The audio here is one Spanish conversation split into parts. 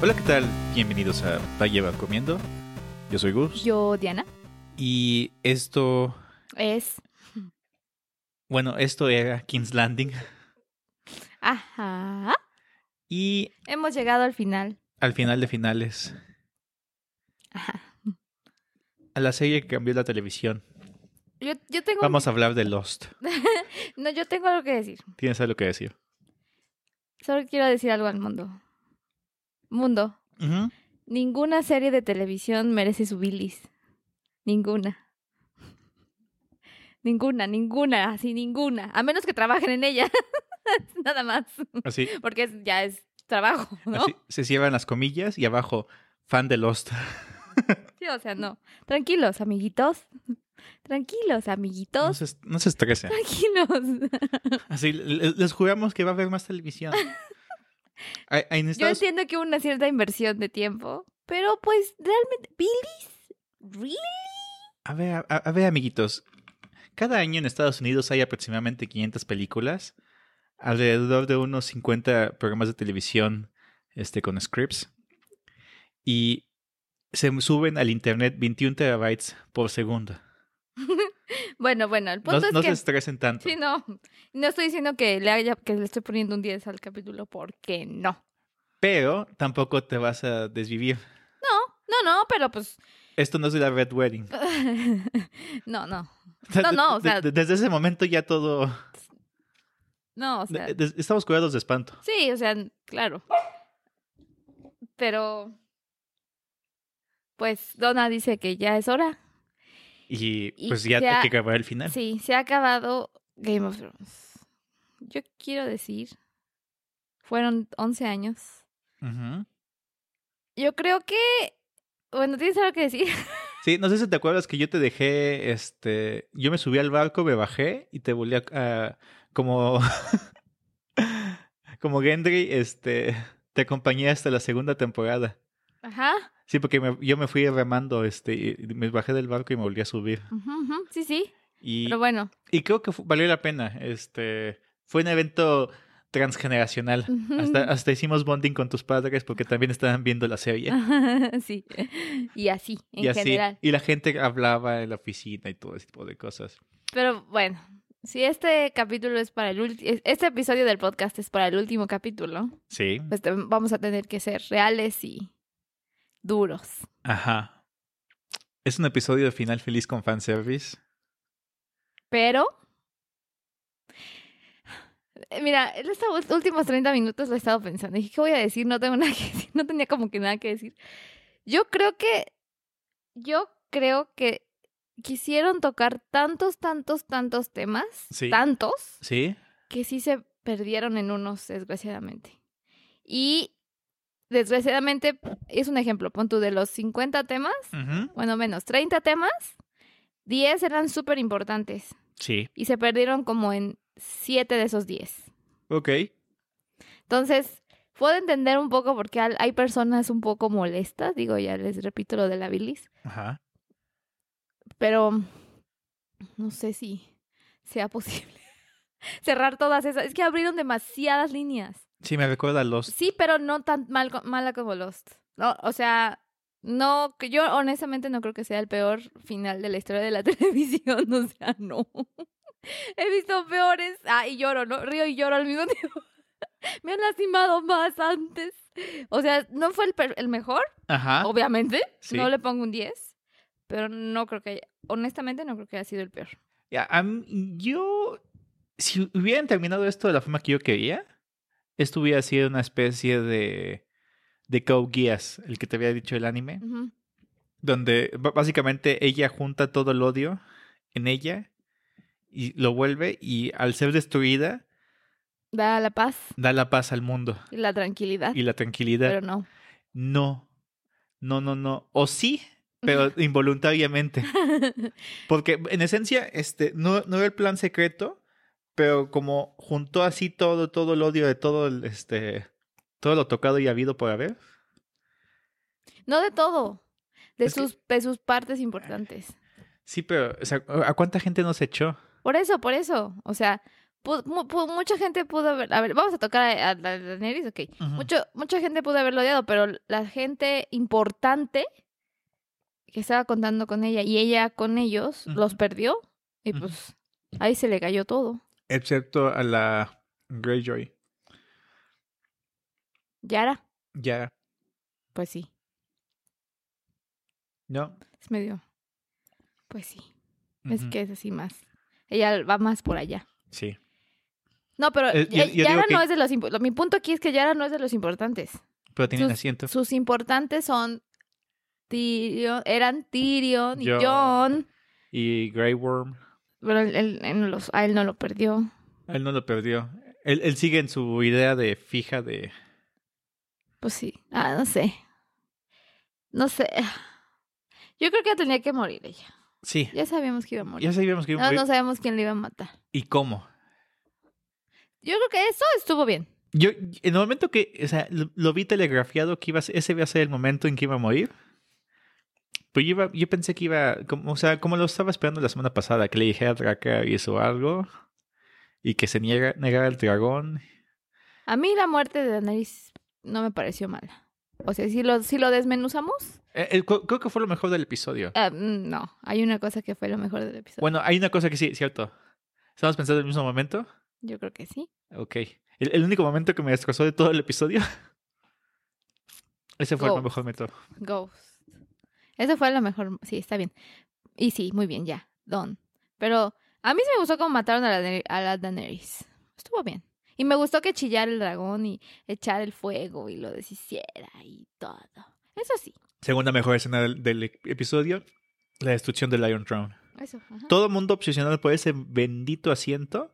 Hola, ¿qué tal? Bienvenidos a Talle va comiendo. Yo soy Gus. Yo, Diana, Y esto, es... bueno, esto era King's Landing. Ajá. Y Hemos llegado al final. al final de finales, Ajá. a la serie que cambió la televisión. Yo, yo tengo... Vamos a hablar de Lost. No, yo tengo algo que decir. ¿Tienes algo que decir? Solo quiero decir algo al mundo. Mundo, Ujú. ninguna serie de televisión merece su bilis. Ninguna. Ninguna, ninguna, así ninguna. A menos que trabajen en ella. Nada más. Así, Porque es- ya es trabajo, ¿no? así se cierran las comillas y abajo, fan de Lost. Sí, o sea, no. Tranquilos, amiguitos. Tranquilos, No amiguitos. se, no se estresen. Tranquilos. Así, le- les juramos que va a haber más televisión. Ay, ay, en Yo Estados- entiendo que hubo una cierta inversión de tiempo, pero pues realmente, ¿Billis? ¿Really? A ver, a, a ver, amiguitos. Cada año en Estados Unidos hay aproximadamente 500 películas, alrededor de unos 50 programas de televisión este, con scripts. Y se suben al internet 21 terabytes por segundo. Bueno, bueno, el No, punto es no que... se estresen tanto. Sí, no. No estoy diciendo que le haya, que le estoy poniendo un 10 al capítulo, porque no. Pero tampoco te vas a desvivir. No, no, pero pues... Esto no es de la Red Wedding. no, no. No, no, o sea- De- de- Desde ese momento ya todo... No, o sea... de- de- estamos curados de espanto. Sí, o sea, claro. Pero... Pues Donna dice que ya es hora. Y Y pues ya ya- hay que acabar el final. Sí, se ha acabado Game of Thrones. Yo quiero decir, fueron 11 años. Ujú. Yo creo que, bueno, tienes algo que decir. Sí, no sé si te acuerdas que yo te dejé, este, yo me subí al barco, me bajé y te volví a, a- como, como Gendry, este, te acompañé hasta la segunda temporada. Ajá. Sí, porque me- yo me fui remando, este, y y me bajé del barco y me volví a subir. ujú, ujú, Sí, sí. Y, Pero bueno. y creo que fu- valió la pena, este, fue un evento transgeneracional. ujú. Hasta, hasta hicimos bonding con tus padres porque también estaban viendo la serie. sí. Y así, Ah, en y así, general. y la gente hablaba en la oficina y todo ese tipo de cosas. Pero bueno, si este capítulo es para el último, este episodio del podcast es para el último capítulo, Sí. pues te- vamos a tener que ser reales y duros. Ajá. Es un episodio de final feliz con fanservice. Pero. Eh, Mira, en estos ult- últimos 30 minutos lo he estado pensando. Dije, ¿qué voy a decir? No tengo nada que decir. No tenía como que nada que decir. Yo creo que. Yo creo que quisieron tocar tantos, tantos, tantos temas. Sí. Tantos. ¿Sí? Que sí se perdieron en unos, desgraciadamente. Y. Desgraciadamente, es un ejemplo. Pon tú de los 50 temas, bueno, menos 30 temas, 10 eran súper importantes Sí. y se perdieron como en siete de esos diez. Ok. Entonces, puedo entender un poco porque al- hay personas un poco molestas, digo, ya les repito lo de la bilis, Ajá. pero no sé si sea posible cerrar todas esas. Es que abrieron demasiadas líneas. Sí, me recuerda a los... Sí, pero no tan mal, co- mala como Lost. No, o sea, no, que yo honestamente no creo que sea el peor final de la historia de la televisión, o sea, no. He visto peores. Ah, y lloro, ¿no? Río y lloro al mismo tiempo. Me han lastimado más antes. O sea, no fue el, per- el mejor, Ajá. obviamente. Ah, Sí. No le pongo un 10, pero no creo que haya- honestamente no creo que haya sido el peor. Ya, a mí- yo... Si hubieran terminado esto de la forma que yo quería, esto hubiera sido una especie de... De Code Geass, el que te había dicho el anime. Ujú. donde b- básicamente ella junta todo el odio en ella y lo vuelve y al ser destruida Da la paz da la paz al mundo y la tranquilidad, y la tranquilidad. pero no. No, no, no, no. O sí, pero involuntariamente. Porque en esencia este, no, no era el plan secreto, pero como juntó así todo, todo el odio de todo el, este, todo lo tocado y habido por haber. No de todo. De Es que- sus, de sus partes importantes. Sí, pero o sea, ¿a cuánta gente nos echó? Por eso, por eso. O sea, pu- mu- pu- mucha gente pudo haber... A ver, vamos a tocar a, a- a Daenerys, ok. Ujú. Mucho, mucha gente pudo haberlo odiado, pero la gente importante que estaba contando con ella y ella con ellos Ujú. los perdió y Ujú. pues ahí se le cayó todo. Excepto a la Greyjoy. Yara, Ya. pues sí, ¿No? es medio... Pues sí, es Ujú. que es así más. Ella va más por allá. Sí. No, pero Eh, yo- Ya- yo digo Yara no que- es de los... impo- lo- Mi punto aquí es que Yara no es de los importantes. Pero tienen Sus- asiento. Sus importantes son Tyrion, eran Tyrion y Jon. John. Y Grey Worm. Pero él, él- él no los- a él no lo perdió. Él no lo perdió. Él, él sigue en su idea de fija de... Pues sí. Ah, no sé. No sé. Yo creo que tenía que morir ella. Sí. Ya sabíamos que iba a morir. Ya sabíamos que iba a No, morir. no sabíamos quién le iba a matar. ¿Y cómo? Yo creo que eso estuvo bien. Yo, en el momento que, o sea, lo, lo vi telegrafiado que iba a ser- ese iba a ser el momento en que iba a morir. Pero yo, iba- yo pensé que iba, como, o sea, como lo estaba esperando la semana pasada, que le dijera a Draca hizo algo y que se niega, negara el dragón. A mí la muerte de Daenerys no me pareció mala. O sea, si lo, si lo desmenuzamos, Eh, eh, cu- creo que fue lo mejor del episodio. eh, mm, no. Hay una cosa que fue lo mejor del episodio. Bueno, hay una cosa que sí, es cierto. ¿Estamos pensando en el mismo momento? Yo creo que sí. Ok. El, el único momento que me destrozó de todo el episodio. Ese fue Go. el mejor momento. Ghost. Eso fue lo mejor. Sí, está bien. Y sí, muy bien, ya. Don. Pero a mí sí me gustó cómo mataron a la, Daener- a la Daenerys. Estuvo bien. Y me gustó que chillara el dragón y echar el fuego y lo deshiciera y todo. Eso sí. Segunda mejor escena del, del episodio, la destrucción del Iron Throne. Eso. ajá. todo el mundo obsesionado por ese bendito asiento.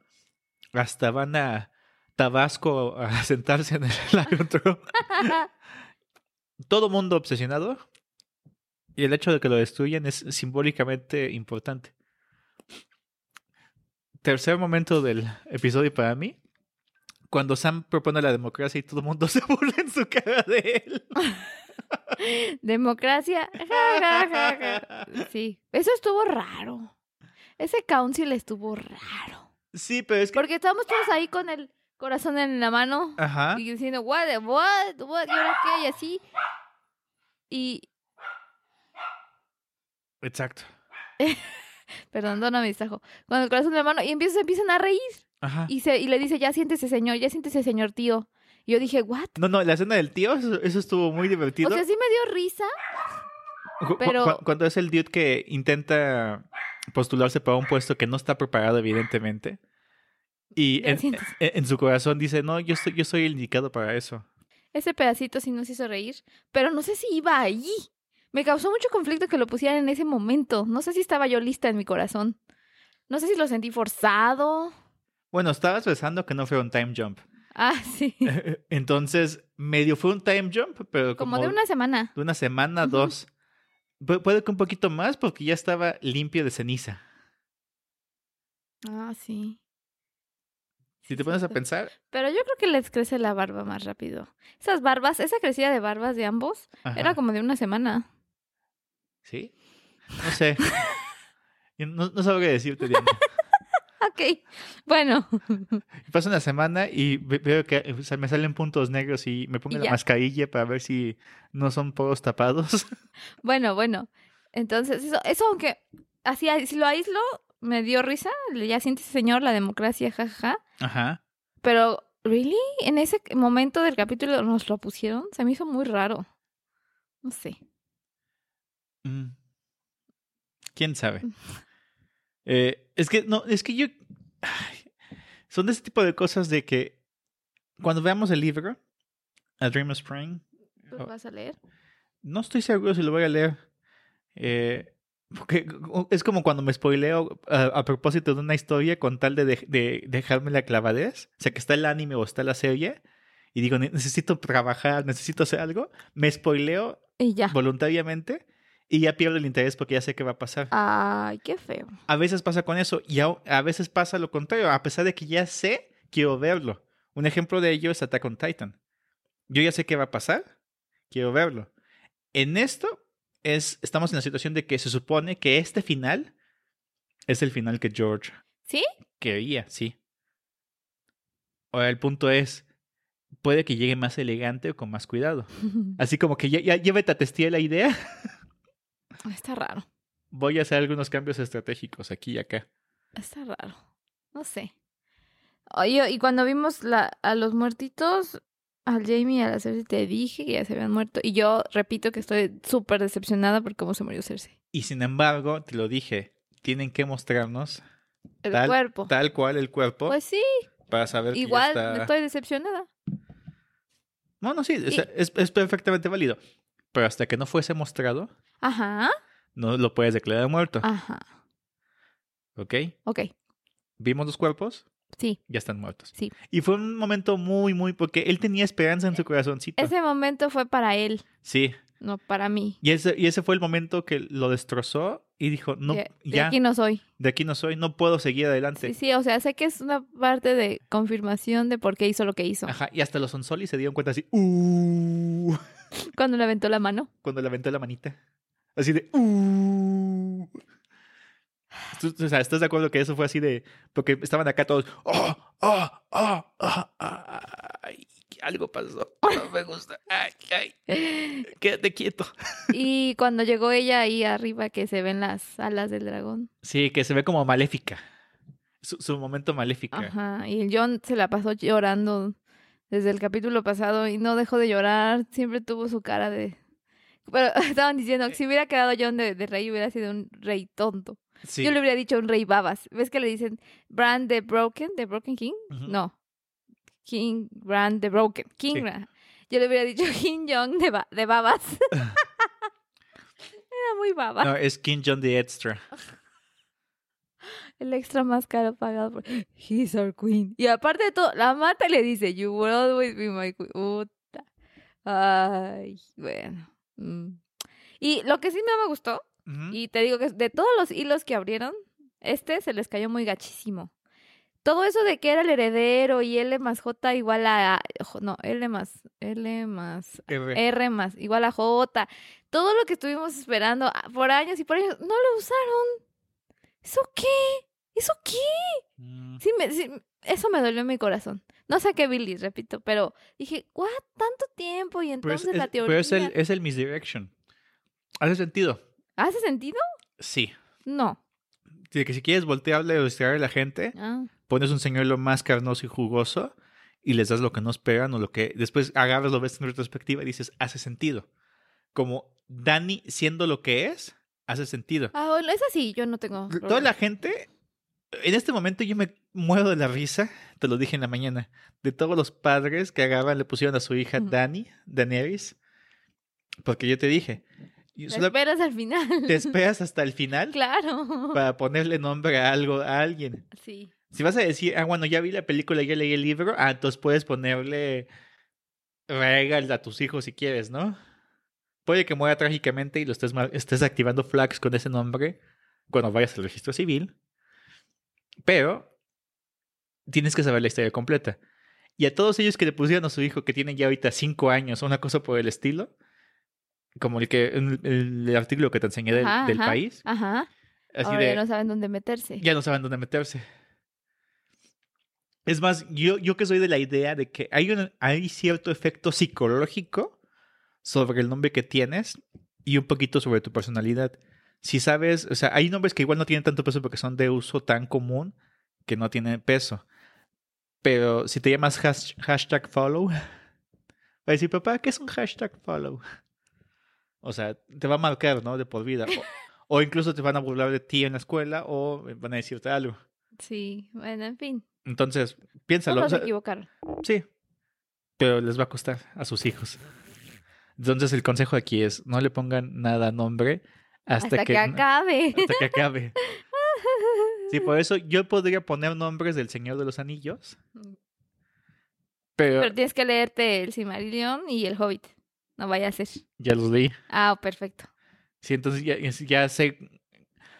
Hasta van a Tabasco a sentarse en el Lion Throne. Todo mundo obsesionado. Y el hecho de que lo destruyan es simbólicamente importante. Tercer momento del episodio para mí. Cuando Sam propone la democracia y todo el mundo se burla en su cara de él. Democracia. Ja, ja, ja, ja. Sí. Eso estuvo raro. Ese council estuvo raro. Sí, pero es que. Porque estábamos todos ahí con el corazón en la mano. Ajá. Y diciendo, what, what, what, ¿y ahora qué? Y así. Y, Exacto. perdón, no me distrajo. Con el corazón de la mano. Y empiezan, empiezan a reír. Ajá. Y, se, y le dice, ya siéntese, señor, ya siéntese, señor tío. Y yo dije, what? No, no, la escena del tío, eso, eso estuvo muy divertido. O sea, sí me dio risa. Cu- cu- Pero- cu- Cuando es el dude que intenta postularse para un puesto que no está preparado, evidentemente. Y Ya en, eh, en- siéntese. en su corazón dice, no, yo soy, yo soy el indicado para eso. Ese pedacito sí nos hizo reír. Pero no sé si iba allí. Me causó mucho conflicto que lo pusieran en ese momento. No sé si estaba yo lista en mi corazón. No sé si lo sentí forzado. Bueno, estabas pensando que no fue un time jump. Ah, sí. Entonces, medio fue un time jump, pero como, Como de una semana. de una semana, Ujú. dos. Pu- puede que un poquito más porque ya estaba limpio de ceniza. Ah, sí. Si te pones a Cierto. pensar... Pero yo creo que les crece la barba más rápido. Esas barbas, esa crecida de barbas de ambos, ajá. era como de una semana. ¿Sí? No sé. Yo No, no sabría decirte, Diana. Ok, bueno. Pasa una semana y ve- veo que o sea, me salen puntos negros y me pongo Y la ya. mascarilla para ver si no son poros tapados. bueno, bueno. Entonces, eso, eso aunque así, a- si lo aíslo, me dio risa. le- Ya sientes, señor, la democracia, jajaja. Ajá. Pero, ¿really? En ese momento del capítulo nos lo pusieron. Se me hizo muy raro. No sé. Mm. ¿Quién sabe? Mm. Eh, es que no, es que yo... ay, son de ese tipo de cosas de que cuando veamos el libro, A Dream of Spring, ¿Lo vas a leer? no estoy seguro si lo voy a leer. Eh, porque es como cuando me spoileo a, a propósito de una historia con tal de, dej- de dejarme la clavadez. O sea, que está el anime o está la serie y digo, "Ne- necesito trabajar, necesito hacer algo. Me spoileo Y ya. voluntariamente y ya pierdo el interés porque ya sé qué va a pasar. Ay, qué feo. A veces pasa con eso y a, a veces pasa lo contrario. A pesar de que ya sé, quiero verlo. Un ejemplo de ello es Attack on Titan. Yo ya sé qué va a pasar, quiero verlo. En esto es, estamos en la situación de que se supone que este final es el final que George ¿Sí? quería, sí. Ahora, el punto es, puede que llegue más elegante o con más cuidado. Así como que ya, ya, ya testeé la idea, Está raro. voy a hacer algunos cambios estratégicos aquí y acá. Está raro. No sé. Oye, y cuando vimos la- a los muertitos, al Jamie y a la Cersei, te dije que ya se habían muerto. Y yo repito que estoy súper decepcionada por cómo se murió Cersei. Y sin embargo, te lo dije, tienen que mostrarnos El Tal- cuerpo. tal cual el cuerpo Oh. Pues sí, para saber que ya igual está- estoy decepcionada. No, no, sí, o Y- sea, es, es perfectamente válido. Pero hasta que no fuese mostrado, Ajá, no lo puedes declarar muerto, ajá. ¿ok? Ok, Vimos los cuerpos, sí. ya están muertos. Sí. Eh, Y fue un momento muy, muy, porque él tenía esperanza en su corazoncito. Ese momento fue para él, Sí, no para mí. y ese, y ese fue el momento que lo destrozó y dijo, no, Que de ya, aquí no soy. no soy, no puedo seguir adelante. Sí, sí, o sea, sé que es una parte de confirmación de por qué hizo lo que hizo. Ajá, y hasta losOnsoli se dieron cuenta así, "Uh", Cuando le aventó la mano. cuando le aventó la manita. Así de, "Uh". Tú- tú, o sea, ¿estás de acuerdo que eso fue así de, porque estaban acá todos, "Oh, oh, oh, oh, ah, ay, algo pasó, no me gusta, ay, ay, quédate quieto. Y cuando llegó ella ahí arriba, que se ven las alas del dragón. Sí, que se ve como maléfica. Su, su momento maléfica. Ajá. Y el John se la pasó llorando desde el capítulo pasado y no dejó de llorar. Siempre tuvo su cara de. Pero estaban diciendo que si hubiera quedado John de, de rey, hubiera sido un rey tonto. Sí. Yo le hubiera dicho un rey babas. ¿Ves que le dicen Brand the Broken? ¿The Broken King? Ujú. No. King Brand the Broken. King Sí. Bran. Yo le hubiera dicho King Jong de, ba- de babas. Era muy baba. No, es King John the Extra. El extra más caro pagado por He's our queen. Y aparte de todo, la mata y le dice, You will always be my queen. Puta. Ay, bueno. Mm. Y lo que sí no me gustó, Ujú. y te digo que de todos los hilos que abrieron, este se les cayó muy gachísimo. Todo eso de que era el heredero y L más J igual a... jo- No, L más... L más... R. R más igual a J. Todo lo que estuvimos esperando ah, por años y por años, no lo usaron. ¿Eso qué? ¿Eso qué? Mm. Sí, me- sí, eso me dolió en mi corazón. No saqué Billy, repito, pero dije, ¿what? Tanto tiempo y Pero es, entonces es- la teoría. pero es el, eh es el misdirection. ¿Hace sentido? ¿Hace sentido? Sí. No. De que si quieres voltearle o distraer a la gente, Ah, pones un señuelo más carnoso y jugoso y les das lo que no esperan o lo que después agarras, lo ves en retrospectiva y dices, hace sentido. Como Dani siendo lo que es, hace sentido. Ah, bueno, es así, yo no tengo. Toda problema. la gente, en este momento yo me muero de la risa, te lo dije en la mañana, de todos los padres que agarran, le pusieron a su hija Ujú. Dani, Daenerys, porque yo te dije, yo Te solo- esperas al final. te esperas hasta el final Claro. para ponerle nombre a algo, a alguien. Sí. Si vas a decir, ah, bueno, ya vi la película, ya leí el libro, ah, entonces puedes ponerle regal a tus hijos si quieres, ¿no? Puede que muera trágicamente y lo estés, mar- estés activando flags con ese nombre cuando vayas al registro civil, pero tienes que saber la historia completa. Y a todos ellos que le pusieron a su hijo, que tienen ya ahorita cinco años o una cosa por el estilo, como el que el, el artículo que te enseñé del, Ajá, del ajá, país, Ajá. así Ahora de ya no saben dónde meterse. ya no saben dónde meterse. Es más, yo, yo que soy de la idea de que hay, un- hay cierto efecto psicológico sobre el nombre que tienes y un poquito sobre tu personalidad. Si sabes, o sea, hay nombres que igual no tienen tanto peso porque son de uso tan común que no tienen peso. Pero si te llamas hash- hashtag follow, va a decir, papá, ¿qué es un hashtag follow? O sea, te va a marcar, ¿no? De por vida. O- o incluso te van a burlar de ti en la escuela o eh, van a decirte algo. Sí. Bueno, en fin. Entonces, piénsalo. Todos o se sea, equivocaron. sí, pero les va a costar a sus hijos. Entonces, el consejo aquí es, no le pongan nada nombre hasta, Hasta, que, que, acabe. hasta que acabe. Sí, por eso yo podría poner nombres del Señor de los Anillos, Mm. pero Pero tienes que leerte el Cimarillion y el Hobbit. No vaya a ser. ya los leí. Ah, perfecto. Sí, entonces ya, ya sé...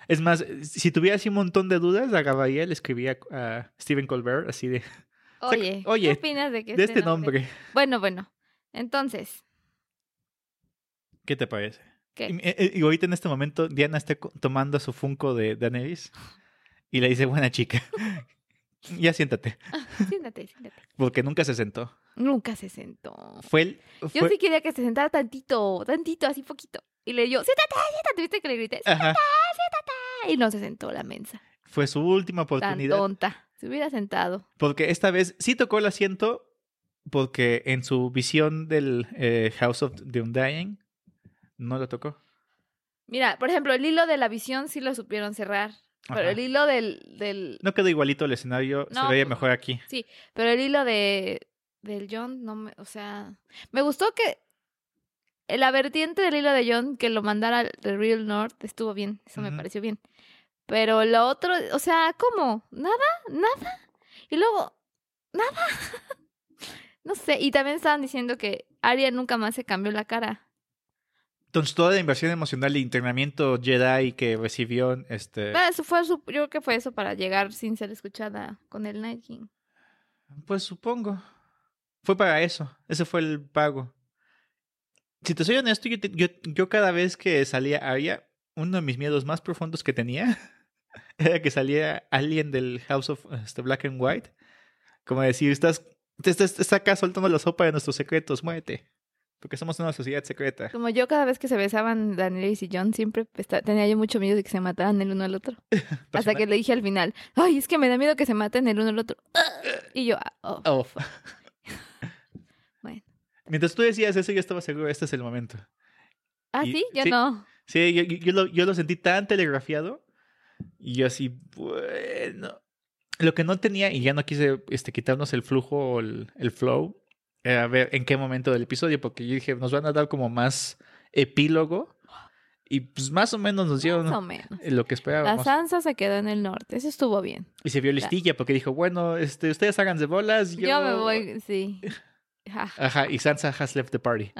Es más, si tuviera así un montón de dudas, agarraría, le escribía a Stephen Colbert así de, sea, Oye, oye, ¿qué opinas de que de este nombre. Bueno, bueno. Entonces, ¿Qué te parece? ¿Qué? Y, eh, y ahorita en este momento Diana está co- tomando su Funko de Daenerys y le dice, buena chica, ya siéntate. Siéntate, siéntate. Porque nunca se sentó. Nunca se sentó. Fue el. Yo fue- sí quería que se sentara tantito, tantito, así poquito. Y le digo, siéntate, siéntate, viste que le grité. "Sí". Ajá. Y no se sentó la mensa. Fue su última Tan Ah. oportunidad. tonta. Se hubiera sentado. Porque esta vez sí tocó el asiento, porque en su visión del eh, House of the Undying no lo tocó. Mira, por ejemplo, el hilo de la visión sí lo supieron cerrar. Pero Ajá. el hilo del, del. No quedó igualito el escenario, se No, veía pues, mejor aquí. Pero el hilo de. del John, no me. O sea. Me gustó que. La vertiente del hilo de John que lo mandara al The Real North estuvo bien. Eso me Ujú. pareció bien. Pero lo otro, o sea, ¿cómo? ¿Nada? ¿Nada? Y luego. ¿Nada? no sé. Y también estaban diciendo que Arya nunca más se cambió la cara. Entonces, toda la inversión emocional y entrenamiento Jedi que recibió, este, Ah, Eso fue su- yo creo que fue eso para llegar sin ser escuchada con el Night King. pues supongo, fue para eso. Ese fue el pago. Si te soy honesto, yo, te- yo, yo cada vez que salía Arya, uno de mis miedos más profundos que tenía era que saliera alguien del House of este, Black and White. Como decir, estás, te estás, te está acá soltando la sopa de nuestros secretos, muévete. Porque somos una sociedad secreta. Como yo cada vez que se besaban Daenerys y John siempre esta- tenía yo mucho miedo de que se mataran el uno al otro. Hasta que le dije al final, ay, es que me da miedo que se maten el uno al otro. Y yo, "Ah, oh". Oh. Bueno. Mientras tú decías eso, yo estaba seguro, este es el momento. ah, y- sí, yo sí. no. Sí, yo, yo- yo lo, yo lo sentí tan telegrafiado. Y yo así, bueno. Lo que no tenía, y ya no quise este, quitarnos el flujo o el, el flow, era ver en qué momento del episodio, porque yo dije, nos van a dar como más epílogo. Y pues más o menos nos dieron Más o menos. lo que La esperábamos. Sansa se quedó en el norte, eso estuvo bien. Y se vio listilla, porque dijo, bueno, este, ustedes háganse bolas. Yo, Yo, me voy, sí. Ja. Ajá, y Sansa has left the party.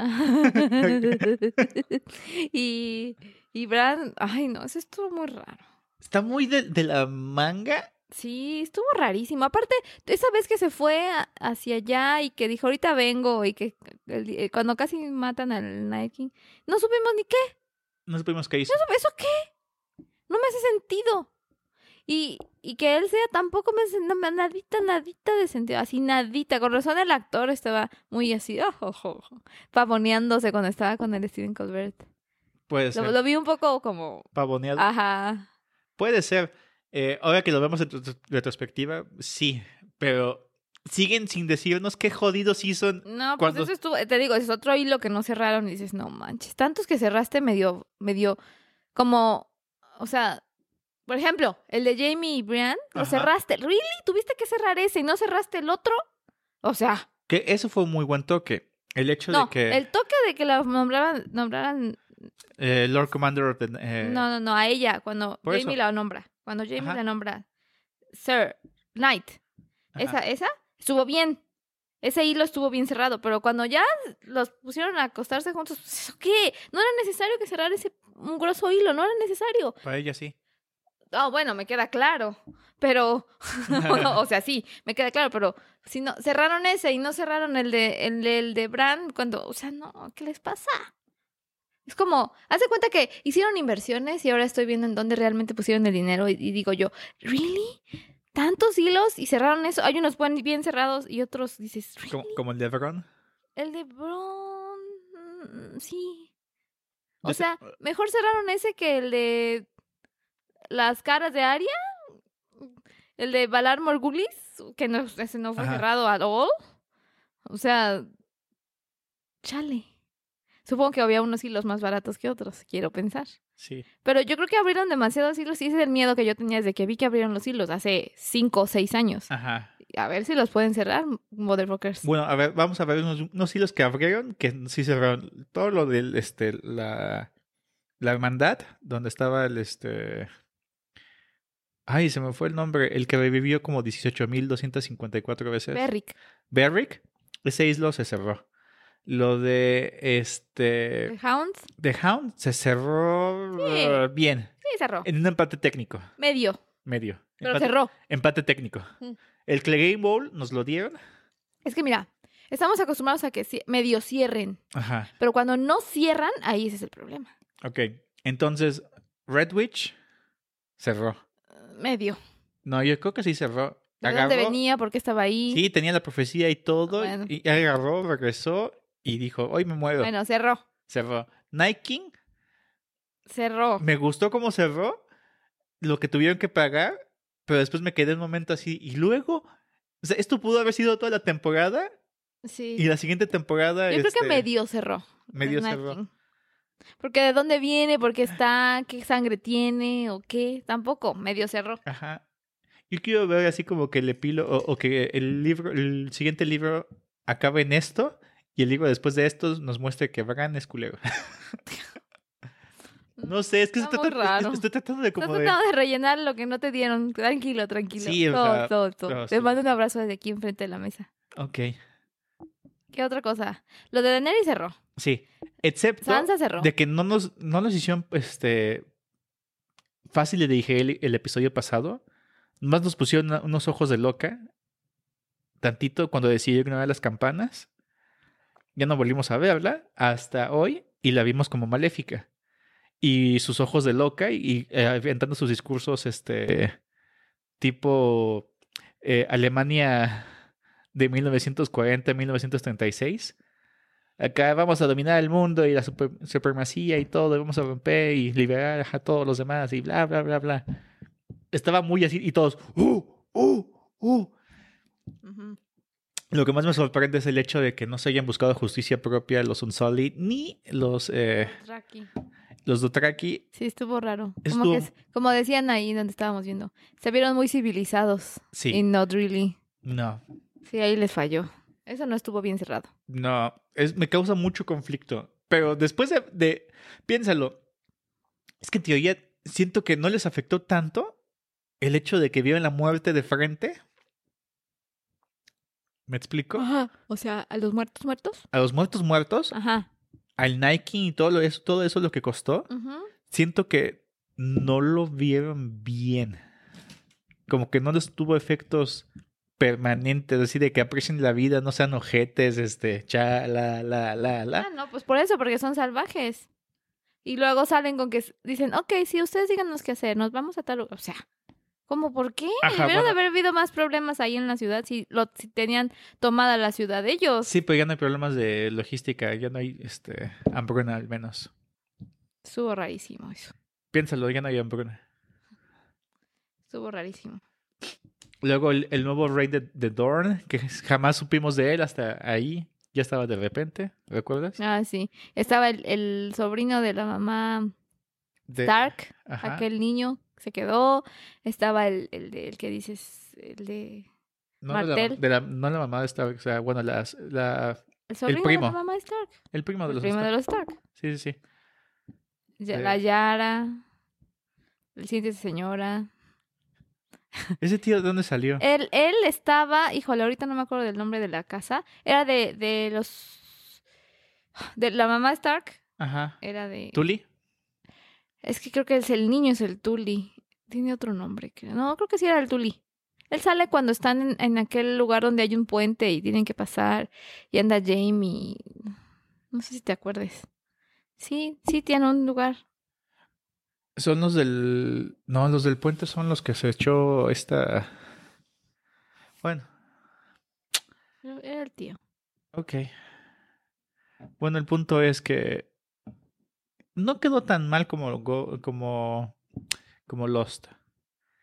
y, y Bran, ay no, eso estuvo muy raro. Está muy de, de la manga. Sí, estuvo rarísimo. Aparte, esa vez que se fue a- hacia allá y que dijo, ahorita vengo, y que el- eh, cuando casi matan al Night King, no supimos ni qué. No supimos qué hizo. ¿Eso qué? No me hace sentido. Y, y que él sea tampoco me hace na- nadita, nadita de sentido. Así nadita. Con razón el actor estaba muy así, oh, oh, oh, oh, pavoneándose cuando estaba con el Steven Colbert. Puede Lo, ser. lo vi un poco como, Pavoneado. ajá. Puede ser. Eh, ahora que lo vemos en retro- retrospectiva, sí. Pero siguen sin decirnos qué jodidos hizo. en- No, pues Cuando- eso estuvo, te digo, es otro hilo que no cerraron y dices, no manches, tantos que cerraste medio, medio, como, o sea, por ejemplo, el de Jamie y Brian, lo Ajá. cerraste, ¿really? Tuviste que cerrar ese y no cerraste el otro, o sea, Que eso fue un muy buen toque. El hecho no, Pues de que el toque de que la nombraban, nombraran, eh, Lord Commander of the... eh, no, no, no, a ella, cuando por Jamie eso. la nombra, cuando Jamie Ajá. la nombra, Sir, Knight, ajá. Esa, esa estuvo bien. Ese hilo estuvo bien cerrado, pero cuando ya los pusieron a acostarse juntos, pues, ¿eso ¿qué? No era necesario que cerrar ese un grosso hilo, no era necesario. Para ella sí. Ah, bueno, me queda claro, pero, o sea, sí, me queda claro, pero si no, cerraron ese y no cerraron el de, el de, el de Bran, cuando, o sea, no, ¿qué les pasa? Es como, haz de cuenta que hicieron inversiones y ahora estoy viendo en dónde realmente pusieron el dinero y, y digo yo, ¿really? ¿Tantos hilos y cerraron eso? Hay unos buen- bien cerrados y otros dices, "¿Really?". Como, como el de Everon. El de Bron, mm, sí. O Yo eh sé- sea, mejor cerraron ese que el de las caras de Aria. El de Valar Morgulis, que no, ese no fue Ajá. cerrado at all. O sea, chale. Supongo que había unos hilos más baratos que otros, quiero pensar. Sí. Pero yo creo que abrieron demasiados hilos y ese es el miedo que yo tenía desde que vi que abrieron los hilos hace cinco o seis años. Ajá. A ver si los pueden cerrar, motherfuckers. Bueno, a ver, vamos a ver unos, unos hilos que abrieron, que sí cerraron. Todo lo del, este, la, la hermandad, donde estaba el, este... Ay, se me fue el nombre. El que revivió como 18.254 veces. Berrick. Berwick, ese islo se cerró. Lo de The este Hounds. The Hound se cerró Sí. eh, bien. Sí, cerró. En un empate técnico, Medio, medio. pero empate, cerró. empate técnico. Mm. El Clegane Bowl nos lo dieron. Es que mira, estamos acostumbrados a que cie- medio cierren, Ajá. pero cuando no cierran, ahí ese es el problema. Ok. Entonces, Red Witch cerró. Medio. No, yo creo que sí cerró. ¿De dónde Agarró- venía? ¿Por qué estaba ahí? Sí, tenía la profecía y todo. Bueno. Y agarró, regresó y dijo, hoy me muero. Bueno, cerró. Cerró. Night King, Cerró. me gustó cómo cerró, lo que tuvieron que pagar, pero después me quedé un momento así. Y luego, o sea, esto pudo haber sido toda la temporada Sí. y la siguiente temporada... Yo creo que este, medio cerró. medio el Night cerró. King. Porque de dónde viene, por qué está, qué sangre tiene o qué. Tampoco, medio cerró. Ajá. Yo quiero ver así como que el epílogo o, o que el libro, el siguiente libro acabe en esto y el libro después de esto nos muestre que Bran es culero. no sé, es que Mm, Está estoy, muy tratando- raro. estoy tratando de Estás como de... tratando de rellenar lo que no te dieron. Tranquilo, tranquilo. Sí, o todo, sea, todo, todo. no, Te sí. mando un abrazo desde aquí enfrente de la mesa. Ok, ¿Qué otra cosa? Lo de Daenerys cerró. sí. Excepto Sansa cerró. de que no nos, no nos hicieron este, fácil de dije el, el episodio pasado. Más nos pusieron una- unos ojos de loca. Tantito cuando decidió ignorar las campanas. Ya no volvimos a verla hasta hoy y la vimos como maléfica. Y sus ojos de loca y eh, aventando sus discursos este tipo eh, Alemania de 1940-1936. Acá vamos a dominar el mundo y la super- supremacía y todo, y vamos a romper y liberar a todos los demás y bla, bla, bla, bla. Estaba muy así y todos, ¡uh! ¡uh! ¡uh! Ujú. Lo que más me sorprende es el hecho de que no se hayan buscado justicia propia los Unsullied ni los, eh, Dothraki. los Dothraki. Sí, estuvo raro. Como, Estuvo- que es- como decían ahí donde estábamos viendo, se vieron muy civilizados. Y Sí, not really. no, Sí, ahí les falló. Eso no estuvo bien cerrado. no, es, me causa mucho conflicto. Pero después de, de- piénsalo, es que en teoría siento que no les afectó tanto el hecho de que vieron la muerte de frente. ¿Me explico? Ajá. Ah. O sea, a los muertos muertos. A los muertos muertos, Ajá. al Nike y todo lo- eso, todo eso lo que costó. Ujú. siento que no lo vieron bien. Como que no les tuvo efectos permanentes, así de que aprecien la vida, no sean ojetes, este, cha, la, la, la, Ah, la. no, pues por eso, porque son salvajes. Y luego salen con que s- dicen, ok, sí, ustedes díganos qué hacer, nos vamos a tal lugar. O sea, ¿cómo por qué? Ajá, Debieron bueno. de haber habido más problemas ahí en la ciudad si, lo, si tenían tomada la ciudad ellos. Sí, pero ya no hay problemas de logística, ya no hay, este, hambruna al menos. Estuvo rarísimo eso. Piénsalo, ya no hay hambruna. Estuvo rarísimo. Luego el, el nuevo rey de, de Dorn, que jamás supimos de él hasta ahí, ya estaba de repente, ¿recuerdas? Ah, sí. Estaba el, el sobrino de la mamá De- Stark, Ajá. aquel niño que se quedó. Estaba el, el, de- el que dices, el de... no, de la- Martel. de la- no la mamá de Stark, o sea, bueno, las- la, El sobrino de primo. la mamá Stark. el primo de el los primo de Stark. los Stark. Sí, sí, sí. Ya- Sí. La Yara. El siguiente señora. ¿Ese tío de dónde salió? Él, él estaba, híjole, ahorita no me acuerdo del nombre de la casa. Era de, de los. De la mamá Stark. Ajá. Era de. ¿Tuli? Es que creo que es el niño, es el Tuli. Tiene otro nombre, creo. No, creo que sí era el Tuli. Él sale cuando están en, en aquel lugar donde hay un puente y tienen que pasar. Y anda Jamie. No sé si te acuerdes. Sí, sí, tiene un lugar. Son los del... No, los del puente son los que se echó esta... Bueno, Era el tío. ok. Bueno, el punto es que... No quedó tan mal como, Go- como, como Lost.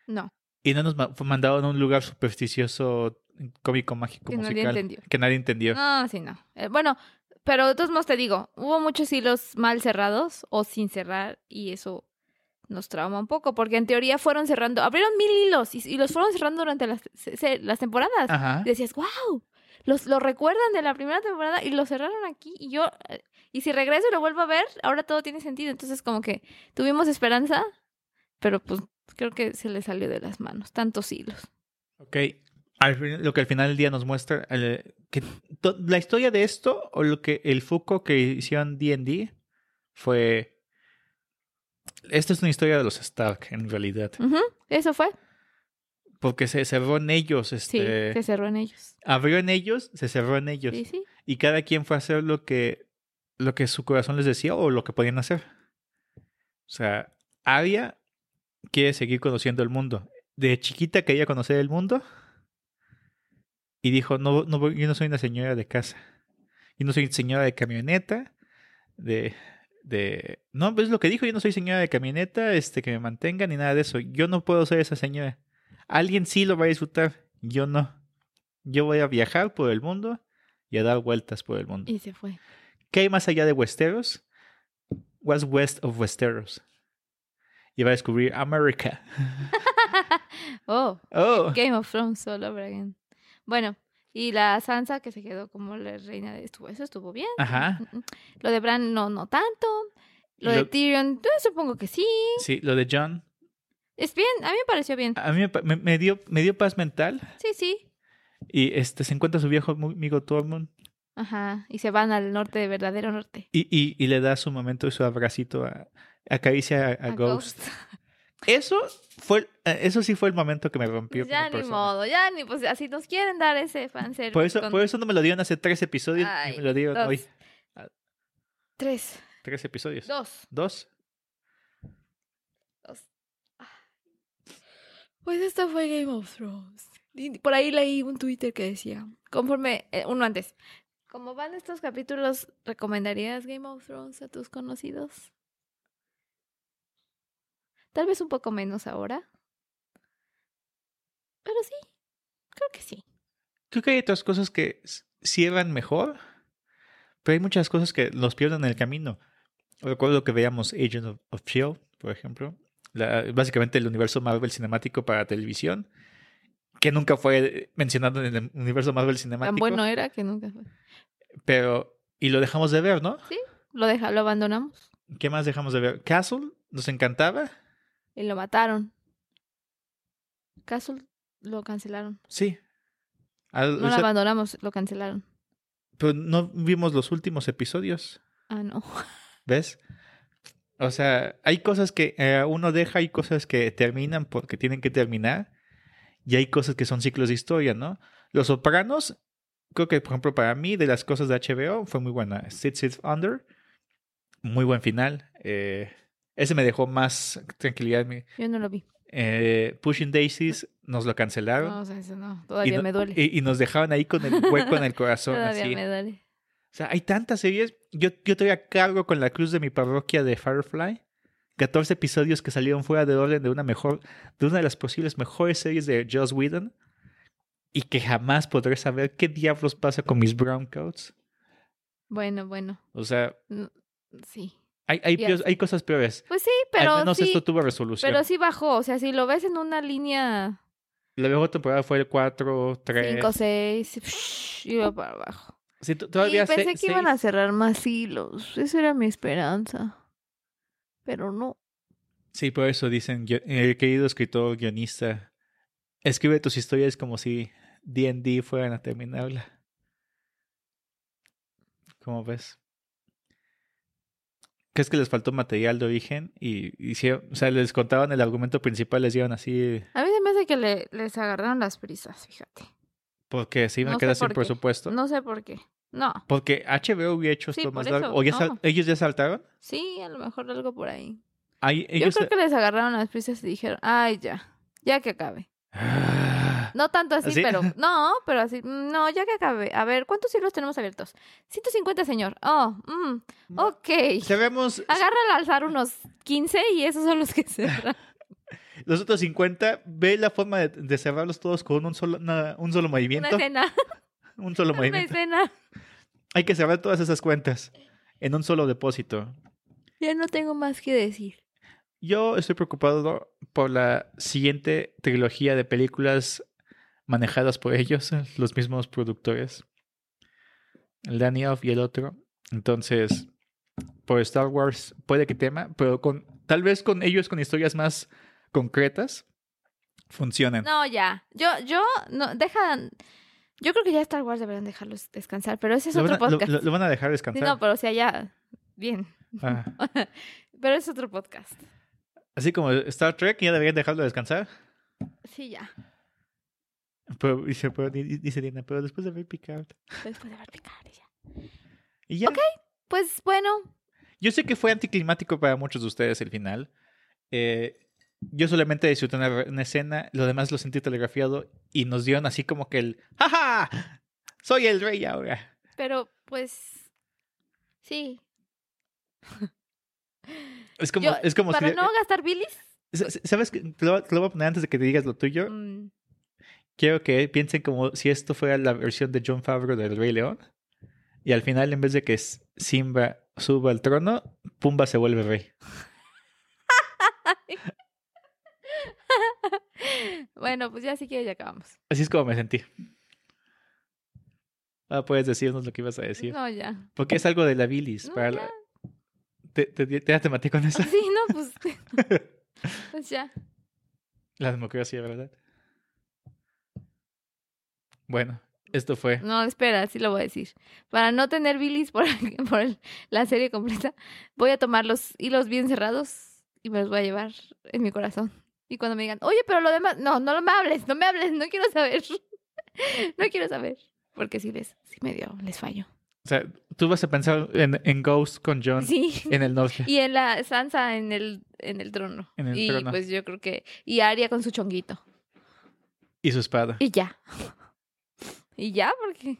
No, Y no nos ma- fue mandado a un lugar supersticioso, cómico, mágico, que nadie musical. entendió. Que nadie entendió. No, sí, no. Eh, bueno, pero de todos modos te digo, hubo muchos hilos mal cerrados o sin cerrar y eso nos trauma un poco porque en teoría fueron cerrando, abrieron mil hilos y, y los fueron cerrando durante las, se- se- las temporadas. Ajá. Y decías, wow, los, lo recuerdan de la primera temporada y lo cerraron aquí y yo, eh, y si regreso y lo vuelvo a ver, ahora todo tiene sentido. Entonces como que tuvimos esperanza, pero pues creo que se le salió de las manos, tantos hilos. Ok. Al fin- lo que al final del día nos muestra el- que to- la historia de esto o lo que el foco que hicieron D&D fue esta es una historia de los Stark en realidad, Ujú, Eso fue, porque se cerró en ellos, sí, este se cerró en ellos. abrió en ellos, se cerró en ellos Sí, sí. y cada quien fue a hacer lo que lo que su corazón les decía o lo que podían hacer. O sea, Arya quiere seguir conociendo el mundo. De chiquita quería conocer el mundo y dijo, no, no, voy- yo no soy una señora de casa. Yo no soy señora de camioneta, de... de no, es lo que dijo, yo no soy señora de camioneta, este, que me mantenga ni nada de eso. Yo no puedo ser esa señora. Alguien sí lo va a disfrutar, yo no. Yo voy a viajar por el mundo y a dar vueltas por el mundo. Y se fue. ¿Qué hay más allá de Westeros? What's west of Westeros? Y va a descubrir América. Oh, Oh, Game of Thrones solo over again. Bueno, y la Sansa que se quedó como la reina de estuvo, eso estuvo bien. ajá. Lo de Bran no, no tanto. Lo, de Lo- Tyrion, yo supongo que sí. Sí, lo de John. Es bien, a mí me pareció bien. A mí me pa- me, me dio, me dio paz mental. Sí, sí. Y este, se encuentra su viejo mu- amigo Tormund. Ajá. Y se van al norte, de verdadero norte. Y, y, y le da su momento y su abracito a. Acaricia a, a A Ghost. Eso fue, eh, eso sí fue el momento que me rompió. como Ya ni persona. Pues, modo, ya ni, pues así nos quieren dar ese fanservice. Por eso, con por eso no me lo dieron hace tres episodios. Ay, y me lo dieron dos. hoy. Tres, Tres episodios. dos, Dos. dos. Pues esto fue Game of Thrones. Y Por ahí leí un Twitter que decía, conforme, eh, uno antes, como van estos capítulos, ¿recomendarías Game of Thrones a tus conocidos? Tal vez un poco menos ahora. Pero sí, creo que sí. Creo que hay otras cosas que s- cierran mejor, pero hay muchas cosas que los pierden en el camino. Recuerdo que veíamos Agent of, of S.H.I.E.L.D., E por ejemplo, la- básicamente el universo Marvel cinemático para televisión, que nunca fue mencionado en el universo Marvel cinemático, Tan bueno era que nunca fue. pero y lo dejamos de ver, ¿no? Lo, deja, lo abandonamos ¿Qué más dejamos de ver? Castle nos encantaba, y lo mataron. Castle lo cancelaron. sí. Al- No o lo sea, abandonamos, lo cancelaron. pero no vimos los últimos episodios. Ah, no. ¿Ves? O sea, hay cosas que eh, uno deja, hay cosas que terminan porque tienen que terminar, y hay cosas que son ciclos de historia, ¿no? Los Sopranos, creo que, por ejemplo, para mí, de las cosas de HBO, fue muy buena. Six Sits Under, muy buen final. eh, ese me dejó más tranquilidad. en mí. Yo no lo vi. Eh, Pushing Daisies nos lo cancelaron. No, o sea, eso no. y Todavía no- me duele. Y, y nos dejaron ahí con el hueco en el corazón. Todavía así. me duele. O sea, hay tantas series. Yo, yo todavía cargo con la cruz de mi parroquia de Firefly. 14 episodios que salieron fuera de orden de una mejor, de una de las posibles mejores series de Joss Whedon. Y que jamás podré saber qué diablos pasa con mis Browncoats. Bueno, bueno. O sea, No, sí. hay, hay, Ya peores- sé. hay cosas peores. Pues sí, Al pero menos sí. esto tuvo resolución. Pero sí bajó. O sea, si lo ves en una línea La mejor temporada fue el 4, 3. 5, 6, iba para abajo. Sí, t- todavía y pensé se- que iban a seis. cerrar más hilos. Esa era mi esperanza. Pero no. Sí, por eso dicen, gui- el querido escritor, guionista, escribe tus historias como si D&D fueran a terminarla. ¿Cómo ves? ¿Crees que les faltó material de origen? Y hicieron, o sea, les contaban el argumento principal, les dieron así A mí se me hace que le- les agarraron las prisas, fíjate. porque se iban No a sé quedar sin por qué. presupuesto. No sé por qué. No. Porque HBO hubiera hecho Sí, esto por más largo. eso, ¿O ya sal- no. ellos ya saltaron? Sí, a lo mejor algo por ahí. Ahí- Yo ellos- creo que les agarraron las prisas y dijeron, ay, ya, ya que acabe. Ah, No tanto así, ¿Así? pero, no, pero así, mm, no, ya que acabe. A ver, ¿cuántos hilos tenemos abiertos? 150, señor. Oh, mm, ok. Sabemos, Agarra al alzar unos 15 y esos son los que cerran. Los otros 50, ve la forma de, de cerrarlos todos con un solo, una- un solo Una movimiento. escena, Un solo una movimiento. escena. Hay que cerrar todas esas cuentas en un solo depósito. Ya no tengo más que decir. Yo estoy preocupado por la siguiente trilogía de películas manejadas por ellos, los mismos productores. El Danioff y el otro. Entonces, por Star Wars puede que tema, pero con tal vez con ellos con historias más concretas funcionen. No, ya. Yo, yo, no, dejan. Yo creo que ya Star Wars deberían dejarlos descansar, pero ese es lo, van otro a, lo- podcast. lo- lo van a dejar Sí, descansar. no, pero o sea, ya. Bien. Ah. Pero es otro podcast. Así como Star Trek, ya deberían dejarlo descansar. Sí, ya. Pero, dice, pero- di- dice Diana, pero después de ver Picard. Después de ver Picard y ya. Y ya. Pues bueno, Yo sé que fue anticlimático para muchos de ustedes el final. Eh, Yo solamente disfruté una, una escena, lo demás lo sentí telegrafiado y nos dieron así como que el ¡Ja, ja! soy el rey ahora! Pero pues sí. Es como, Yo- es como Para si. eh, no gastar bilis. S- ¿Sabes? qué? Te lo, te lo voy a poner antes de que te digas lo tuyo. mm, Quiero que piensen como si esto fuera la versión de John Favreau del Rey León. Y al final, en vez de que S- Simba suba al trono, Pumba se vuelve rey. Bueno, pues ya sí que ya acabamos. Así es como me sentí. Ah, puedes decirnos lo que ibas a decir. No, ya. Porque es algo de la bilis. Pues No, para ya. la- ¿Te, te, te, ya te maté con eso? Sí, no, pues. pues ya. La democracia, ¿verdad? Bueno, esto fue. No, espera, sí lo voy a decir. Para no tener bilis por, por el- la serie completa, voy a tomar los hilos bien cerrados y me los voy a llevar en mi corazón. Y cuando me digan, oye, pero lo demás, no, no me hables, no me hables, no quiero saber. No quiero saber. Porque si les, si me dio, les fallo. O sea, tú vas a pensar en, en Ghost con John Sí. en el norte. Y en la Sansa en el, en el trono. En el y trono. pues yo creo que. Y Aria con su chonguito. y su espada. Y ya. Y ya, porque.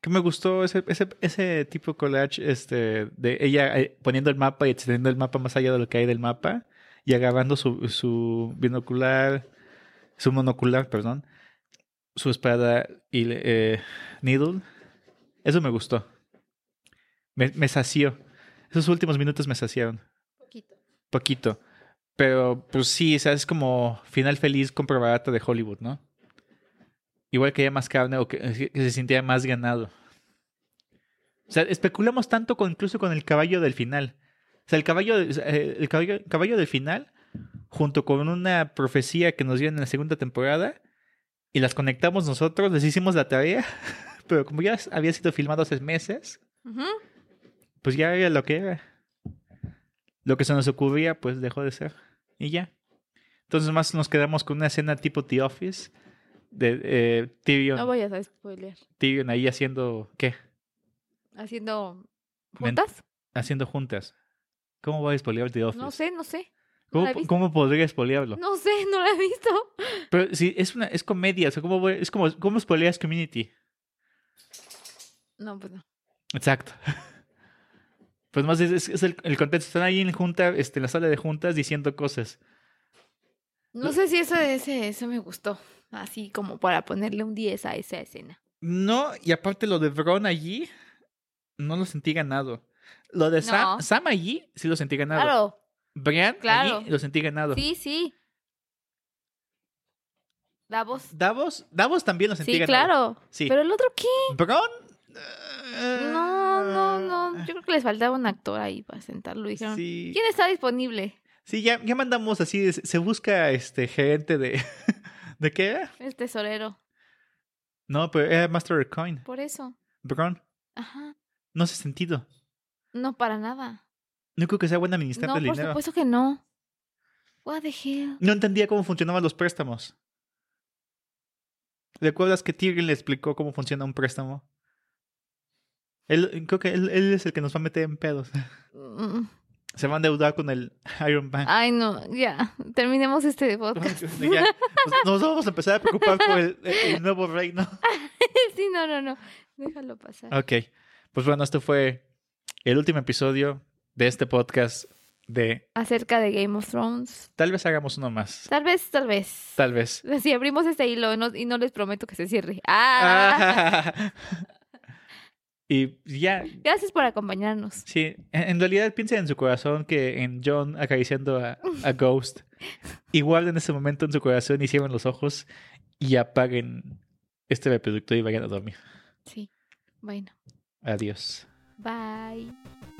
que me gustó ese, ese, ese tipo de collage este, de ella eh, poniendo el mapa y extendiendo el mapa más allá de lo que hay del mapa y agarrando su, su binocular, su monocular, perdón, su espada y le- eh, needle. Eso me gustó. Me, me sació. Esos últimos minutos me saciaron. Poquito. Pero pues sí, o sea, es como final feliz con probata de Hollywood, ¿no? Igual que haya más carne o que, eh, que se sintiera más ganado. O sea, especulamos tanto con, incluso con el caballo del final. O sea, el caballo, eh, el caballo, caballo del final, junto con una profecía que nos dieron en la segunda temporada, y las conectamos nosotros, les hicimos la tarea, pero como ya había sido filmado hace meses, Ujú. pues ya era lo que era. Lo que se nos ocurría, pues dejó de ser. Y ya. Entonces más nos quedamos con una escena tipo The Office, de eh, Tyrion, No voy a spoiler. Tyrion ahí haciendo, ¿qué? Haciendo. Ven- ¿Juntas? Haciendo juntas. ¿Cómo voy a spoilear The Office? No sé, no sé. no la he ¿Cómo, visto. cómo podría spoilearlo? No sé, no la he visto. Pero si es una es comedia, o sea, ¿cómo voy- es como cómo spoileas Community? No, pues no. Exacto. Pues más es, es- es el, el contexto. Están ahí en junta, este, en la sala de juntas diciendo cosas. No sé si eso, ese, eso me gustó. Así como para ponerle un 10 a esa escena. No, y aparte lo de Bron allí, no lo sentí ganado. Lo de Sam, No. Sam allí, sí lo sentí ganado. Claro. Brian, Claro. allí, lo sentí ganado. Sí, sí. Davos. Davos, Davos también lo sentí Sí, ganado. claro. Sí. Pero el otro, ¿qué? Bron. No, no, no. Yo creo que les faltaba un actor ahí para sentarlo. Dijeron, Ah. Sí. ¿quién está disponible? Sí, ya, ya mandamos así, se se busca este gerente de... ¿De qué era? El tesorero. No, pero era Master of Coin. Por eso. Bron, Ajá. no hace sentido. No, para nada. No creo que sea buen No, administrador por de dinero. supuesto que no. What the hell? No entendía cómo funcionaban los préstamos. ¿Recuerdas que Tyrion le explicó cómo funciona un préstamo? Él, creo que él, él es el que nos va a meter en pedos. Mm. Se va a endeudar con el Iron Bank. Ay, no, ya. Terminemos este podcast. Ya, nos- "Pues, nos vamos a empezar a preocupar por el, el nuevo reino. sí, no, no, no. Déjalo pasar. Ok. Pues bueno, esto fue el último episodio de este podcast de Acerca de Game of Thrones. Tal vez hagamos uno más. Tal vez, tal vez. Tal vez. Si abrimos este hilo no- y no les prometo que se cierre. Ah, y ya, Gracias por acompañarnos. sí. En en realidad piensen en su corazón que en John acariciando a, a Ghost. Igual en ese momento en su corazón y cierren los ojos y apaguen este reproductor y vayan a dormir. Sí. Bueno, Adiós. bye.